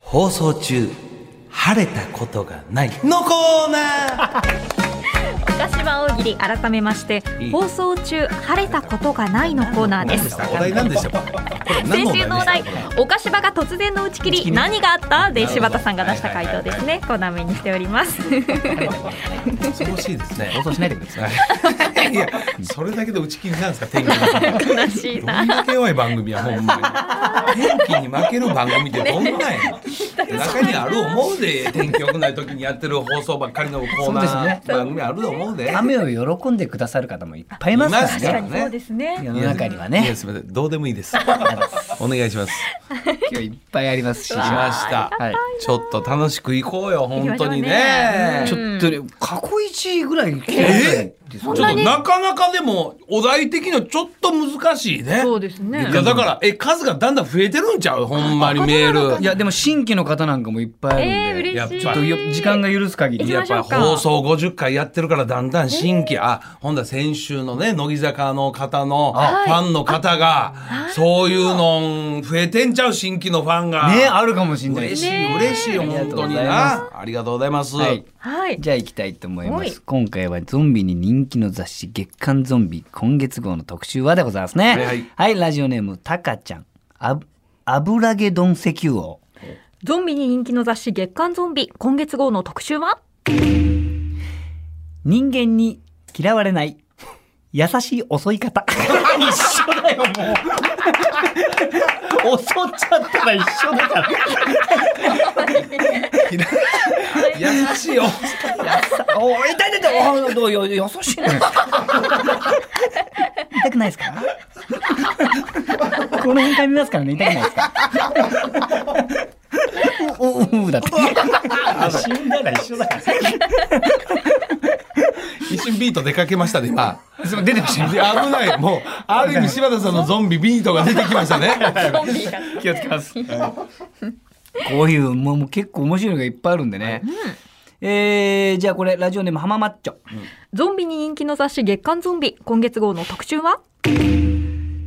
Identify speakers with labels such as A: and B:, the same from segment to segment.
A: 放送中晴れたことがないのコーナー
B: 高島大喜利改めまして
A: いい
B: 放送中晴れたことがないのコーナーです
A: お題何でしたこれ何
B: 先週のお題
A: でした
B: 「岡柴が突然の打ち切り何があった?」で柴田さんが出した回答ですねコーナー名にしております
A: 恐ろしいですね
C: 放送しないでください。
A: いやそれだけで打ち切りなんですか天気が
B: 悲 しい
A: どん
B: な
A: だけ弱い番組やほんまに天気に負ける番組ってどんなんや 中にある思うで天気良くない時にやってる放送ばっかりのコーナ
C: そうで
A: ー
C: すね
A: 番組あると思うで
C: 雨を喜んでくださる方もいっぱいいま
A: い
C: す
A: ます
C: か
B: 確からに
C: ね。
B: そうですね
C: 世の中にはいね
A: や、すみませんどうでもいいですお願いします
C: 今日いっぱいありますし。
A: しました
C: はい。
A: ちょっと楽しく行こうよ本当に
B: 行
A: ね
B: きまし
C: ち
B: ょうね
C: ょっとね、過去一ぐらい来てるんです
A: ちょ
C: よ
A: っとなかなかでもお題的にはちょっと難しいね
B: そうですね
A: いやだからえ数がだんだん増えてるんちゃうほんまにメール
C: いや、でも新規の方なんかもいっぱいあるんで。
B: えー、
A: やっぱ
B: 嬉しい
C: ちょっとよ時間が許す限り。
A: やっぱり放送50回やってるからだんだん新規、あほんだ先週のね乃木坂の方のフ
B: はい
A: ァンの方がそういうのん増えてんちゃう新規のファンが
C: ね、あるかもしれない
A: 嬉し
C: し。
A: い嬉しい
C: ね
A: 本当になありがとうございます、
C: はい。
B: はい
C: じゃあ行きたいと思いま
B: はい
C: す。今回はゾンビに人気の雑誌月刊ゾンビ今月号の特集はでございますね。
A: は
C: はいい、
A: はい
C: ラジオネームタカちゃん。あぶ油揚げ丼石油王。
B: ゾンビに人気の雑誌月刊ゾンビ今月号の特集は
C: 人間に嫌われない。優しい襲い方。一緒だよ、もう。襲っちゃったら一緒だから。
A: 優しいよ
C: おい痛い痛い痛いおどうよ優しいね痛くないですかこの辺から見ますからね痛くないですかおおおうだって死んだら一緒だか
A: 一瞬ビート出かけましたね今
C: らそう出てました
A: で危ないもうある意味柴田さんのゾンビビートが出てきま したね
C: 気をつけますこういうもうもう結構面白いのがいっぱいあるんでね、えー、じゃあこれラジオネーム浜マッチョ
B: ゾンビに人気の雑誌月刊ゾンビ今月号の特集は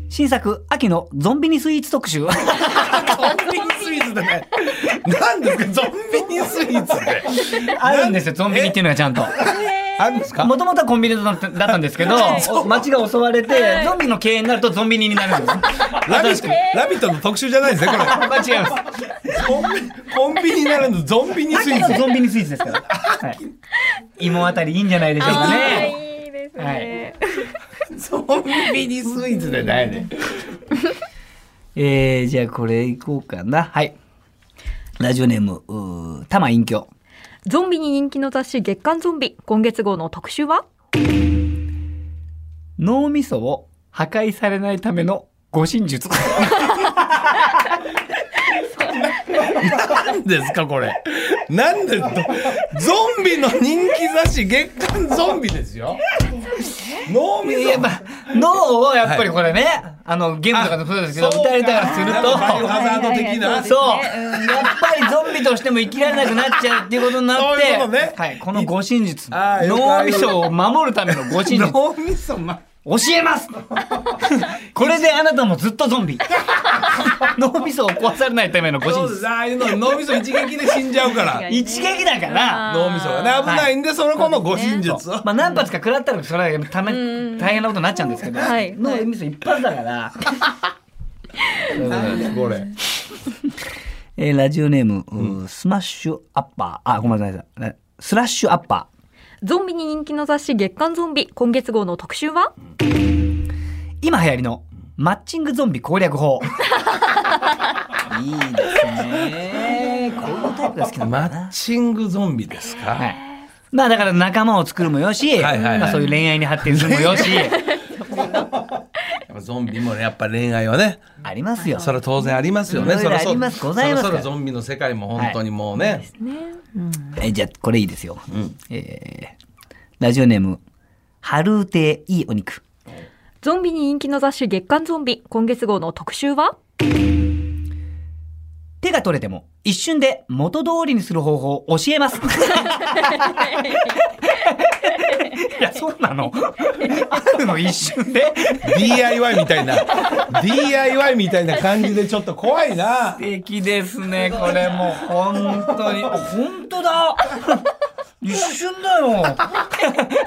C: 新作秋のゾンビにスイーツ特 集
A: ゾンビニスイーツだね何ですかゾンビニスイーツって
C: あるんですよゾンビにっていうのがちゃんと。
A: あるんですか
C: もともとはコンビニだっただったんですけど、 町が襲われて、ゾンビの経営になるとゾンビニになる んです。
A: ラビット、ラビットの特集じゃないですね、これ。
C: 間違いま
A: コンビ、コンビニならぬゾンビニスイーツ。
C: す。ゾンビニスイーツですから。はい、芋あたりいいんじゃないでしょうかね。
B: ーいいです
C: ね
A: ゾンビニスイーツでないね。
C: えー、じゃあこれいこうかな。はい。ラジオネーム、うー玉隠居。
B: ゾンビに人気の雑誌月刊ゾンビ今月号の特集は
C: 脳みそを破壊されないための護身術。
A: 何ですか、これ。なん で、ゾンビの人気雑誌、月刊ゾンビですよ。脳みそ。
C: 脳をやっぱりこれね、あの、ゲームとかでもそうですけど、打 たれたらする
A: そうかバイオ
C: と、
A: ハザード的な。
C: そう、やっぱりゾンビとしても生きられなくなっちゃうっていうことになって、
A: そういうことね
C: はい、この護身術、
A: あーよくある
C: 脳みそを守るための護 身術、教
A: 脳みそ、ま、
C: えますこれであなたもずっとゾン ビ。脳みそを壊されないための護
A: そ
C: 身
A: うで
C: 術。
A: す。ああいうの脳みそ一撃で死んじゃうから。
C: 一撃だから、
A: 脳みそがね、危ないんで、その子の護身術を。
C: まあ何発か食らったらそれはため大変なことになっちゃうんですけど、
B: はい
C: 脳みそ一発だから。
A: 何これ。
C: えーラジオネーム、うースマッシュアッパー、あ、ごめんなさいなさい、スラッシュアッパー。
B: ゾンビに人気の雑誌月刊ゾンビ今月号の特集は
C: 今流行りのマッチングゾンビ攻略法 いいですねこういうタイプが好きなん
A: マ
C: だ
A: ッ
C: な、
A: チングゾンビですか。
C: はい、まあだから仲間を作るもよし、
A: はいはいはい
C: まあ、そういう恋愛に発展するも よし
A: やっぱゾンビもねやっぱ恋愛はね
C: ありますよ
A: それは当然ありますよね、
C: うん
A: そら
C: いろいろあります
A: そ
C: ございます
A: そ
C: から
A: ろそろゾンビの世界も本当にもうね、
C: えじゃあこれいいですよ、えーラジオネーム「春うていいお肉
B: ゾンビに人気の雑誌月刊ゾンビ今月号の特集は」
C: 手が取れても一瞬で元通りにする方法を教えますいやそうなのあるの一瞬で
A: DIY みたいな DIY みたいな感じでちょっと怖いな
C: 素敵ですねこれもう本当にあ本当だ一瞬だよ も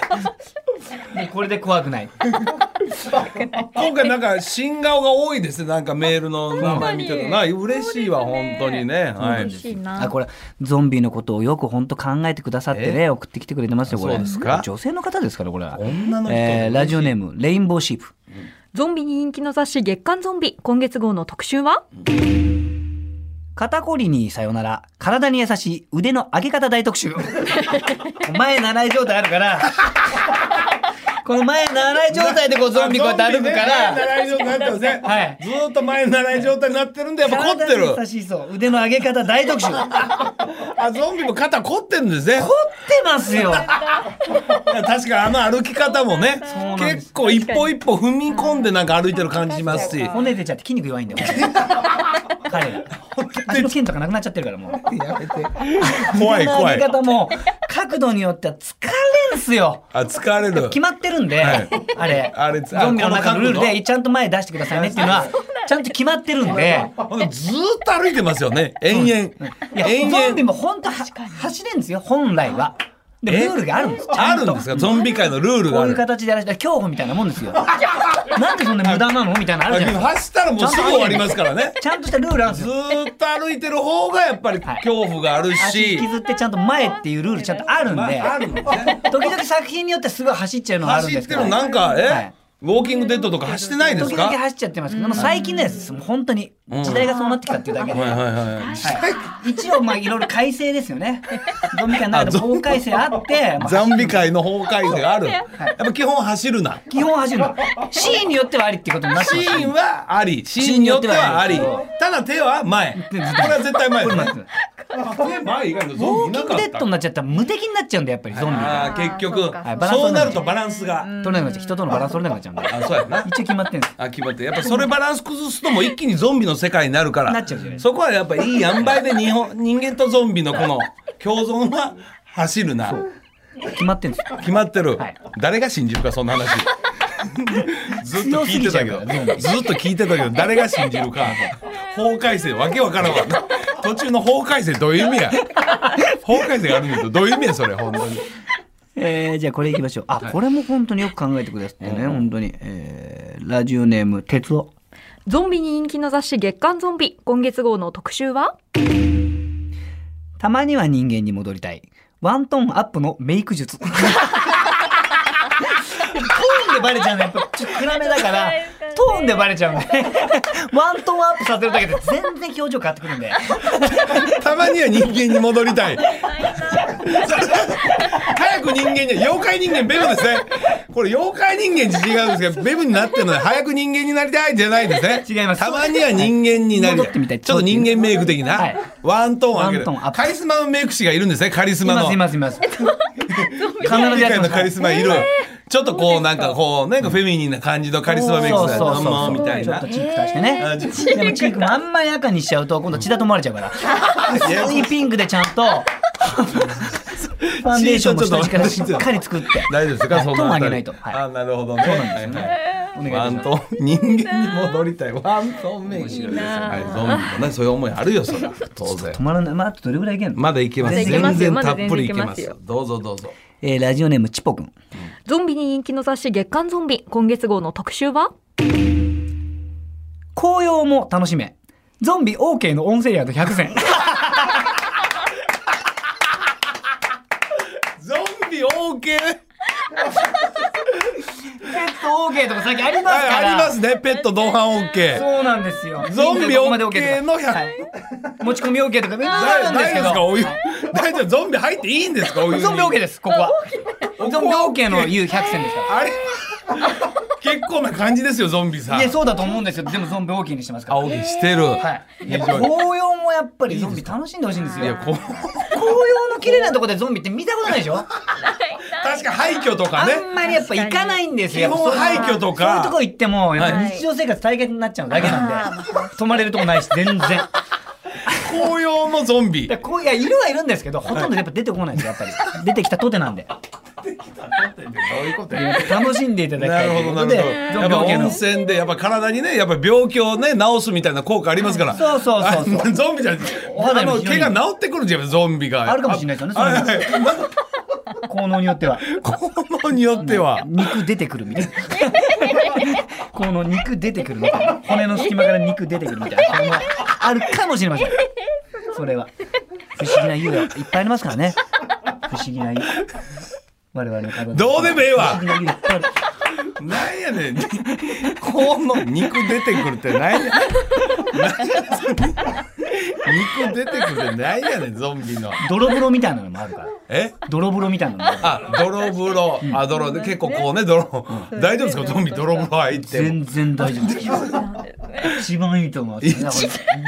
C: うこれで怖くない
A: 今回なんか新顔が多いですねなんかメールの名前見てるな嬉しいわ
B: そ
A: 本
B: うですね
A: 当にねはい
B: 嬉しいな
C: あこれゾンビのことをよく本当考えてくださってね送ってきてくれてますよこれ
A: そうですか
C: 女性の方ですからこれは、
A: 女の人
C: えーラジオネームレインボーシープ
B: ゾンビに人気の雑誌月刊ゾンビ今月号の特集は
C: 肩こりにさよなら体に優しい腕の上げ方大特集お前習い状態ある からこの前習い状態でこうゾンビこうやって歩くから、
A: あゾンビね前習い状態になってますね
C: はい
A: ずーっと前習い状態になってるんでやっぱ凝ってる
C: 体に優しいそう腕の上げ方大特集凝って
A: あゾンビも肩凝ってるんですね
C: ます よ
A: 確かにあの歩き方もね
C: うなんです
A: 結構一歩一歩踏み込んでなんか歩いてる感じしますし
C: 骨出ちゃって筋肉弱いんだよ彼ら足の筋とかなくなっちゃってるからもう
A: 怖い怖い
C: 腕の上げ方も角度によっては疲れんすよ
A: あ疲れる
C: 決まってるんで、
A: はい
C: あれ
A: あれ
C: ゾンビの中のルール
A: あこの角
C: でちゃんと前出してくださいねっていうのはちゃんと決まってるんで。
A: ほんでずーっと歩いてますよね延々
C: いや
A: 延
C: ゾンビ
A: 々
C: も本当は走れんですよ本来は。で
A: え
C: ルールがあるんです。ちゃ
A: あ
C: んと
A: るんですかゾンビ界のルール
C: こ
A: があ
C: ういう
A: る
C: 形でやらせた恐怖みたいなもんですよ。なんでそんな無駄なのみたいなのあ
A: あ
C: るじゃ
A: で
C: ない
A: も
C: ですか。
A: 走ったらもうすぐ終わりますからね
C: ちゃんとしたルールあるんです
A: ず
C: よ。
A: ーっと歩いてる方がやっぱり恐怖がある
C: 足
A: し
C: 引きずってちゃんと前っていうルールちゃんとあるん
A: ま
C: で、
A: ああるんですね
C: 時々作品によってすごい走っちゃうのはあるん
A: 走
C: で
A: っ
C: す
A: て
C: け
A: る
C: ど。
A: なんか
C: は
A: え
C: い
A: ウォーキングデッドとか走ってないです
C: 時
A: か
C: 々走っちゃってますけど、もう最近のやつですもう本当に時代がそうなってきたっていうだけで。
A: はいはいはい
C: はい、一応まあいろいろ改正ですよ ね。ゾンビ界の中でも法改正あって、まあ
A: ザンビ界の崩壊性があ る。やっぱ基本走るな。
C: 基本走るの。シーンによってはありってことになって
A: シ
C: ます
A: ーンはあり、シーンによってはあり。ただ手は前。これは絶対前ですね。手前以外の
C: ウ
A: ゾ
C: ォ
A: ンビい
C: ーキン
A: な
C: グ
A: かっ
C: デッドに
A: た。
C: なっちゃったら無敵になっちゃうんだよやっぱりゾンビ
A: あ
C: が。
A: あ結局
B: あ
C: ーバランス
A: そうなるとバランスが。
C: 取れなくなっちゃう人とのバランス取れなくなっちゃうんだよ。
A: あそうやな。
C: 一応決まってんです。
A: あ決まってやっぱそれバランス崩すともう一気にゾンビの世界になるから
C: なっちゃうじゃない
A: そこはやっぱいい塩梅で日本 人間とゾンビのこ の共存は走るな
C: 決まってんです。
A: 決まってる、
C: はい
A: 誰が信じるかそんな 話ずっと聞いてたけど
C: 強すぎちゃうから
A: ずっと聞いてたけど誰が信じるか法改正わけわからんわ途中の法改正どういう意味 や法改正があるんだけどどういう意味やそれ本当に
C: えー、じゃあこれいきましょう。あ、これも本当によく考えてくださってね、本当に。えー、ラジオネーム、鉄夫。
B: ゾンビに人気の雑誌月刊ゾンビ今月号の特集は
C: たまには人間に戻りたい。ワントーンアップのメイク術。トーンでバレちゃうのやっぱちょっと暗めだから、トーンでバレちゃうんで。ワントーンアップさせるだけで全然表情変わってくるんで。
A: たまには人間に戻りたい早く人間に妖怪人間ベブですねこれ妖怪人間違うんですけどベブになってるので早く人間になりたいじゃないですね
C: 違います
A: たまには人間になり
C: 戻ってみたい
A: ちょっと人間メイク的な、
C: はい
A: ワントーン上げる
C: ワントーンアップ
A: カリスマメイク師がいるんですねカリス
C: い
A: マの
C: ますいますいます。必ず
A: カナダ
C: やっ
A: 界の
C: てます
A: カリスマいる、ちょっとこうなんかこうなんかフェミニンな感じのカリスマメイク
C: そう
A: 師
C: そう
A: ど
C: そうう
A: も
C: そう
A: みたい
C: ちょっ
A: な
C: とチーク出してね
A: あち
C: でもチークもあんまり赤にしちゃうと今度血だと思われちゃうから普通にピンクでちゃんと ファンデーションも下地からしっかり作って
A: 大丈夫ですか
C: はい
A: その
C: トーン上
A: あたり
C: げないとはい
A: あなるほどねそうなんですね、
C: お願いし
A: ワン
C: ます
A: トーン人間に戻りたいワントーンメイク師はいゾンビもねそういう思いあるよそりゃ 当然
C: 止まらないまああとどれぐらいいけんの、
A: まだいけます
B: まだいけ
A: 全
B: ますよ
A: 然たっぷりいけ
B: まだ
A: ます
B: 全然いけますよ
A: よどうぞどうぞ
C: えーラジオネームチポくん
B: ゾンビに人気の雑誌月刊ゾンビ今月号の特集は
C: 紅葉も楽しめゾンビ OK の音声やと100選
A: ゾンビ OK
C: ペット OK とかさっきありますか
A: あ
C: ら
A: りますねペット同伴 OK
C: そうなんですよ
A: ゾンビ
C: ここまで
A: OK の
C: とか
A: 100
C: はい持ち込み OK とかみんなある
A: 大
C: んですけ
A: 丈夫
C: ど
A: ですかお湯大丈夫ゾンビ入っていいんですかお湯に
C: ゾンビ OK ですここはゾンビ OK の言う100選ですから
A: あれ結構な感じですよゾンビさん
C: いやそうだと思うんですよでもゾンビ OK にしてますから
A: 青木してる、
C: はい、
A: 非
C: やっぱ
A: 常に
C: 紅葉もやっぱりゾンビ楽しんでほしいんですよ
A: いやこう
C: 紅葉の綺麗なとこでゾンビって見たことないでしょ、
A: 確か廃墟とか
C: あ
A: ね
C: んまりやっぱ行かないんです
A: 基
C: よ
A: 本廃墟と
C: そういうと
A: か
C: こ行ってもやっぱ
B: はい
C: 日常生活大変になっちゃうだけなんで、泊まれるとこ ないし全然だか
A: 紅葉のゾンビ
C: らこういやいるはいるんですけどほとんどやっぱ出てこないんですよやっぱり出てきたとてなんで
D: ってどういうことや
C: 楽しんでいただき
A: な
C: たい
A: るほ
C: というこ
A: どな
C: とで
A: るほど。やっぱ
C: ゾンビ
A: 温
C: の
A: 泉でやっぱ体にねやっぱ病気をね治すみたいな効果ありますから。
C: そうそうそうそう
A: あ ゾンビじゃん。
C: お肌
A: あ
C: にも
A: の
C: 広
A: 毛
C: い
A: が治ってくるじゃんゾンビが。
C: あるかも しれないですよねそれ
A: あはいはい
C: 効能によっては
A: 効能によっては。
C: 肉出てくるみたいな この肉出てくるみたいな骨の隙間から肉出てくるみたいなこのあるかもしれませんそれは不思議な湯がいっぱいありますからね不思議な湯我々の体
A: どうでもええわ
C: 不思議な湯がいっぱいある
A: なんやねん。効能肉出てくるってなんや。なんやそれ肉出てくるってなんやねんゾンビの。
C: 泥風呂みたいなのもあるから
A: え？
C: 泥風呂みたいなのもある
A: あ、泥風呂、あ、泥で結構こうね、泥、大丈夫ですか、ゾンビ泥風呂入っても。
C: 全然大丈夫です一番いいと思う
A: 一番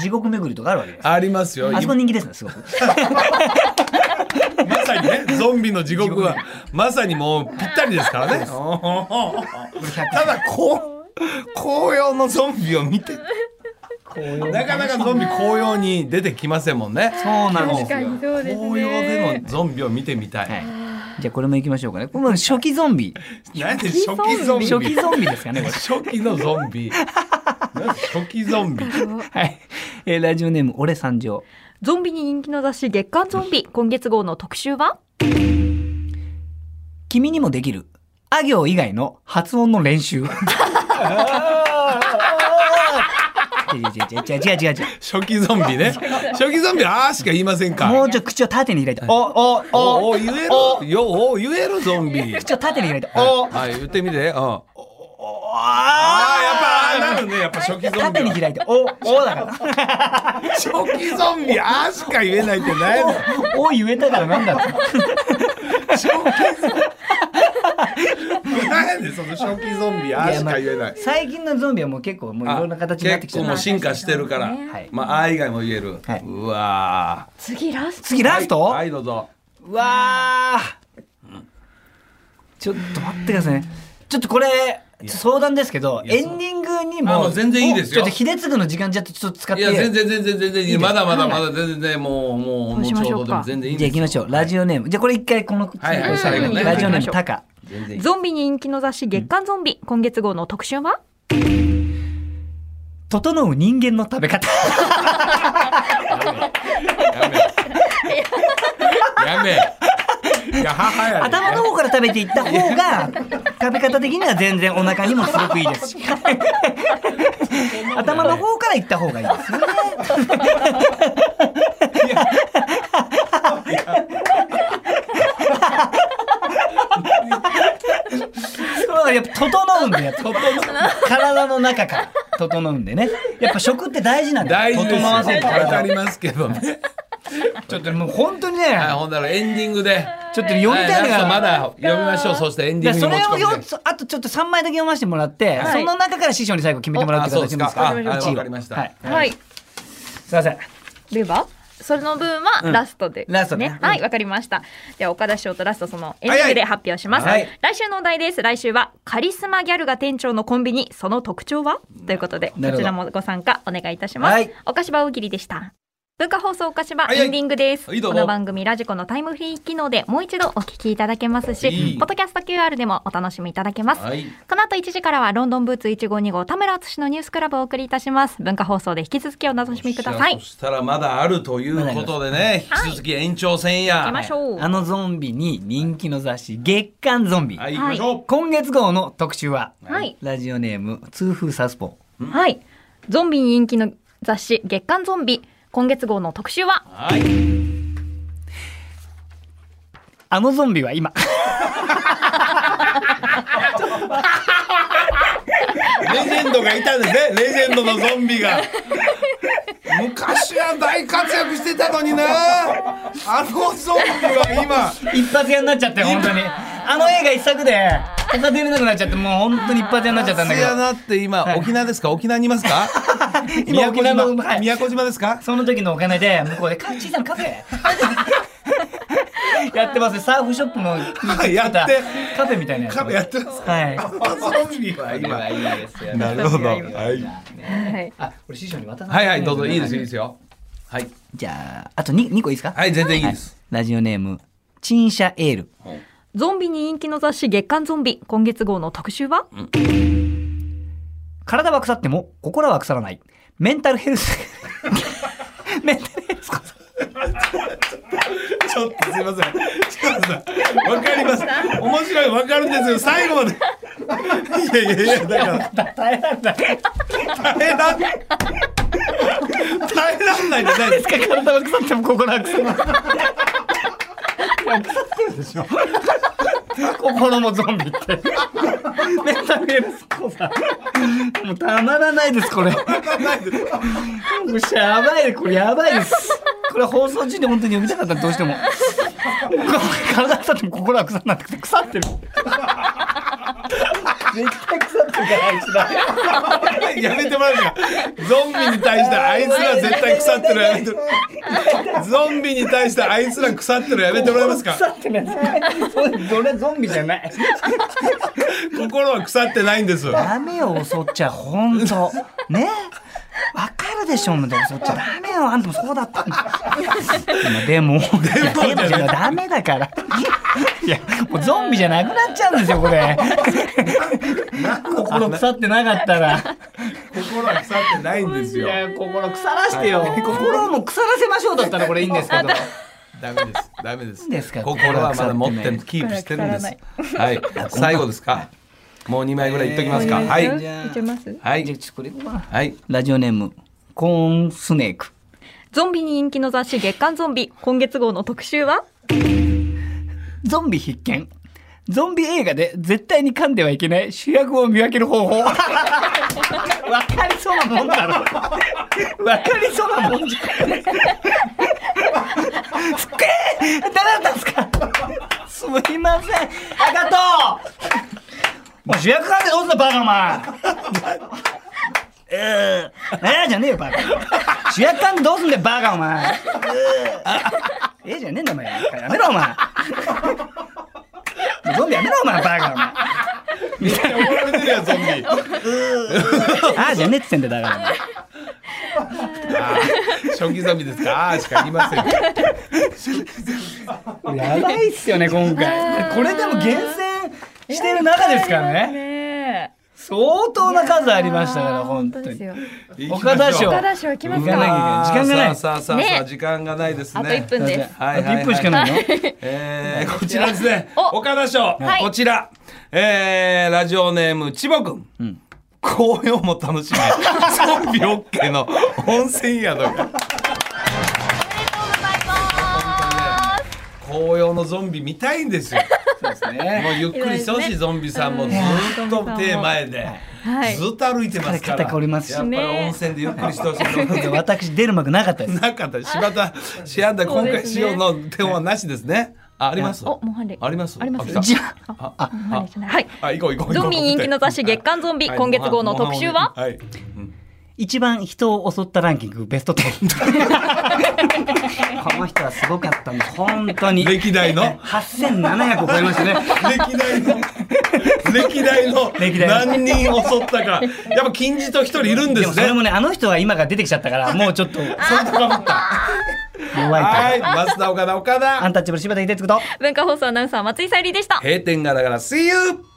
C: 地獄巡りとかあるわけです
A: ありますよ。
C: あそこ人気ですねすごく
A: まさにね、ゾンビの地獄は、まさにもうぴったりですからね。ただ、こう、紅葉のゾンビを見て、なかなかゾンビ紅葉に出てきませんもんね。
C: そうなんです
B: 確
C: よ
B: かにそうですね
A: 紅葉でのゾンビを見てみたい。
C: はい。じゃあこれも行きましょうかね。これも初期ゾンビ。
A: なんで初期ゾンビ。
C: 初期ゾンビですかね、これ。
A: 初期のゾンビ。なんで初期ゾンビ。
C: はい。えーラジオネーム、俺三条。
B: ゾンビに人気の雑誌月刊ゾンビ今月号の特集は
C: 君にもできる。あ行以外の発音の 練習。違う違う違う違う違う違う違う。
A: 初期ゾンビね。初期ゾンビ、あーしか言いませんか。
C: もうちょい口を縦に開いて。おおお
A: おお言えるよお言えるゾンビ。
C: 口を縦に開いて。お
A: はい言ってみて。うん。ああ
C: あ
A: やっぱああなるねやっぱ初期ゾンビ
C: ー
A: は。
C: 縦に開いて。おおだから。
A: 初期ゾンビあーしか言えないってないの。
C: お言えたからなんだろう
A: 初期ゾンビ。なんでその初期ゾンビあーしか言えない。
C: 最近のゾンビはもう結構もういろんな形になってき
A: 結
C: て
A: 構
C: る
A: もう進化してるから
C: はい。
A: まああー以外も言える
C: はい。
A: うわー。
B: 次ラスト
C: 次ラスト、
A: はいどうぞ。
C: うわあ、ちょっと待ってくださいねちょっとこれ相談ですけどエンディングに
A: あも
C: も
A: う全然いいですよ
C: ちょっと秀次の時間じゃあちょっと使っ
A: い
C: て
A: や全
C: じ
A: 然全然全然いいまだまだまだ全然もうもうもう
B: そうし
A: ちょ
B: ま
A: う
B: し
A: ど
B: ょうか
A: でも全然いいん
C: ゃあ
A: で
C: 行きましょうラジオネームじゃあこれ一回この
A: はいはい
C: 最後に
A: はい
C: ラジオネ
B: は
C: ーム
B: い
C: タカ
A: す。全然いい。
B: ゾンビに人気の雑誌月刊ゾンビ今月号の特集は
C: 整う人間の食べ方
A: やめ。や め。いや母やね。
C: 頭の方から食べていった方 が食べ方的には全然お腹にもすごくいいですし 頭の方からいった方がいいですよね そうやっぱ整うんだよ整体の中から整うんでねやっぱ食って大事なんだ
A: 大
C: よ
A: 事ですよ。
C: 整わせる
A: わか
C: 体を
A: りますけどね。
C: ちょっともう本当にね
A: はい、ほんならエンディングで。
C: ちょっと読みたい
A: は
C: のが
A: いラストまだ読みましょう。そしてエンディ
C: だ
A: ン
C: か
A: グ
C: ら
A: に
C: そ
A: 持ち
C: れを
A: 込
C: よ
A: んで。
C: つあとちょっと3枚だけ読ませてもらって、
B: はい
C: その中から師匠に最後決めてもらうって形になるんです
A: あ
C: か
A: そうですか
C: 1位
A: あはいわかりました
C: はい、
B: はい
C: すいません
B: ではそれの分はラストで、
C: ラストね
B: は
C: う
B: い
C: ん
B: わかりましたでは岡田師匠とラストそのエンディングで発表します、
C: はいはい
B: 来週のお題です来週はカリスマギャルが店長のコンビニその特徴はということでこ
C: なるほど
B: ちらもご参加お願いいたします、
C: はい
B: 岡芝大喜利でした文化放送岡芝
A: はいはい
B: エンディングです、
A: はいどう
B: こ
A: ぞ
B: の番組ラジコのタイムフリー機能でもう一度お聞きいただけますし、
A: いい
B: ポッドキャスト QR でもお楽しみいただけます、
A: はい。
B: この後1時からはロンドンブーツ152号田村敦のニュースクラブをお送りいたします文化放送で引き続きお楽しみください
A: そしたらまだあるということでね、引き続き延長戦や。
B: 行きましょう、
C: あのゾンビに人気の雑誌月刊ゾンビ、
A: はい、行きましょ
C: 今月号の特集は、
B: はい
C: ラジオネーム痛風サウスポ
B: はい。ゾンビに人気の雑誌月刊ゾンビ今月号の特集は
A: う。はい。
C: ーあのゾンビは今
A: レジェンドがいたん ですね。レジェンドのゾンビが。昔は大活躍してたのにな。あのゾンビは今。
C: 一発屋になっちゃって本当にあの映画一作で他出れなくなっちゃってもう本当に一発屋になっちゃったんだ
A: せ
C: け
A: や
C: ど
A: なって今、沖縄ですか沖縄にいます か
C: 今沖縄
A: 宮
C: の、
A: 古島
C: はい
A: 宮古島ですか
C: その時のお金で向こ うでか小さなカフェ やってますねサーフショップの
A: やって
C: カフェみたいなやつ
A: カフェやってます
C: はい
A: ゾンビは今。なるほど。はい。
B: はい。
C: あこれ師匠に渡さな
A: はいはい、どうぞ、いいですよ、いいですよ。はい。
C: じゃああと 2, 二個いいですか
A: はい、全然いいです。
C: ラジオネームチンシャエール
B: ゾンビに人気の雑誌月刊ゾンビ今月号の特集は
C: 体は腐っても心は腐らないメンタルヘルス メンタルヘルスこ そ
A: ちょっとすいません。ちょっとさ、わかり ます。面白いわかるんですけど、最後まで。いやいやいや、だから、
C: 大変なんだ
A: 耐えらん。耐えらんないじゃないですか。
C: 体は腐っても心は腐らない心もゾンビってメンタルヘルスこそもうたまらないですこれもうやばいこれやばいですこれ放送中に本当に読みたかったどうしても体腐っても心は腐らないって腐ってる絶対腐ってるからあいつら
A: やめてもらうか。ゾンビに対して、あいつら絶対腐ってるやめて。ゾンビに対して、あいつら腐ってるやめてもらえますか。
C: 腐ってるやつそれそれゾンビじゃない
A: 心は腐ってないんです。
C: ダメよ、襲っちゃ、ほんと。ねわかるでしょ、もうでも襲っちゃダメよ、あんたもそうだったんだ。でも、でも
A: でも
C: じゃダメだから。いや、もうゾンビじゃなくなっちゃうんですよ、これ。心腐ってなかったら。
A: 心は腐ってないんです
C: い
A: よ。
C: や、心腐らしてよ。心も腐らせましょうだったらこれいいんですけど。
A: ダメです。ダメです。
C: ですか
A: 心はまだ持ってキープしてるんです。はい。最後ですか。もう二枚ぐらいいっときますか。はい。
B: いけます
A: はい
C: じゃあ、。ちょっとこれいこうかな
A: はい。
C: ラジオネーム、コーンスネーク。
B: ゾンビに人気の雑誌月刊ゾンビ今月号の特集は
C: ゾンビ必見。ゾンビ映画で絶対に噛んではいけない主役を見分ける方法。 わかりそうなもんだろ。わかりそうなもんじゃ。すっげえ誰だったんですかすみません。ありがとうもう主役噛んでどうすんだバカお前。えー、えーじゃねえよバカ。主役噛んでどうすんだよバカお前。えー、えーじゃねえんだお前。やめろお前。ゾンビやめろお前バカお前
A: めっちゃ 怒られてるやんゾンビ。
C: ああじゃねえっつってんだよだから
A: あー初期ゾンビですか。あーしか言い ません。
C: お前やばいっすよね今回これでも厳選してる中ですからね
B: ね
C: 相当な数ありましたから本当
B: です
C: に
B: よ
C: 岡田賞
B: 岡田賞いきます
C: 行かなきゃいけ
B: か
C: ない時間がない
A: さあさあさあさあ
B: ね
A: 時間がないですね。
B: あと1分です
A: はいはいはい
C: 1分しかないの
A: えーこちらですね。
B: お
A: 岡田賞、
B: はい
A: こちら、えーラジオネーム、ちぼくん。紅葉も楽しめ、ゾンビオッケーの温泉宿が。紅葉のゾンビ見たいんですよ。もうゆっくりしてほしい、ゾンビさんもずっと手前で、
B: はい
A: ずっと歩いてますから。
C: 肩凝りますし
A: やっぱり温泉でゆっくりしてほしいと思う。
C: 私出る幕なかったです
A: な かった柴田シアンダ今回仕様の点はなしですね。ああります。
B: おモハンレ
A: あります。
B: あります
A: 来た
C: じゃあ
A: ああ
B: モハンレじゃないはい
A: あ行こう行こう行こう。
B: ゾンビ人気の雑誌月刊ゾンビ
A: はい
B: 今月号の特集は
A: はい。
C: 一番人を襲ったランキングベスト10この人はすごかったんです本当に
A: 歴代の
C: 8700を超えましたね
A: 歴代 の歴代の
C: 歴代の
A: 何人襲ったか。やっぱ金字と一人いるんで
C: でも
A: す
C: それも
A: ね。
C: ねあの人は今が出てきちゃったからもうちょっと
A: そんなかった。
C: 弱いから
A: はい。増田岡田岡
C: アン
A: 田。
C: タッチャブル柴田秀嗣と
B: 文化放送アナウンサー松井さゆりでした
A: 閉店がだから See you。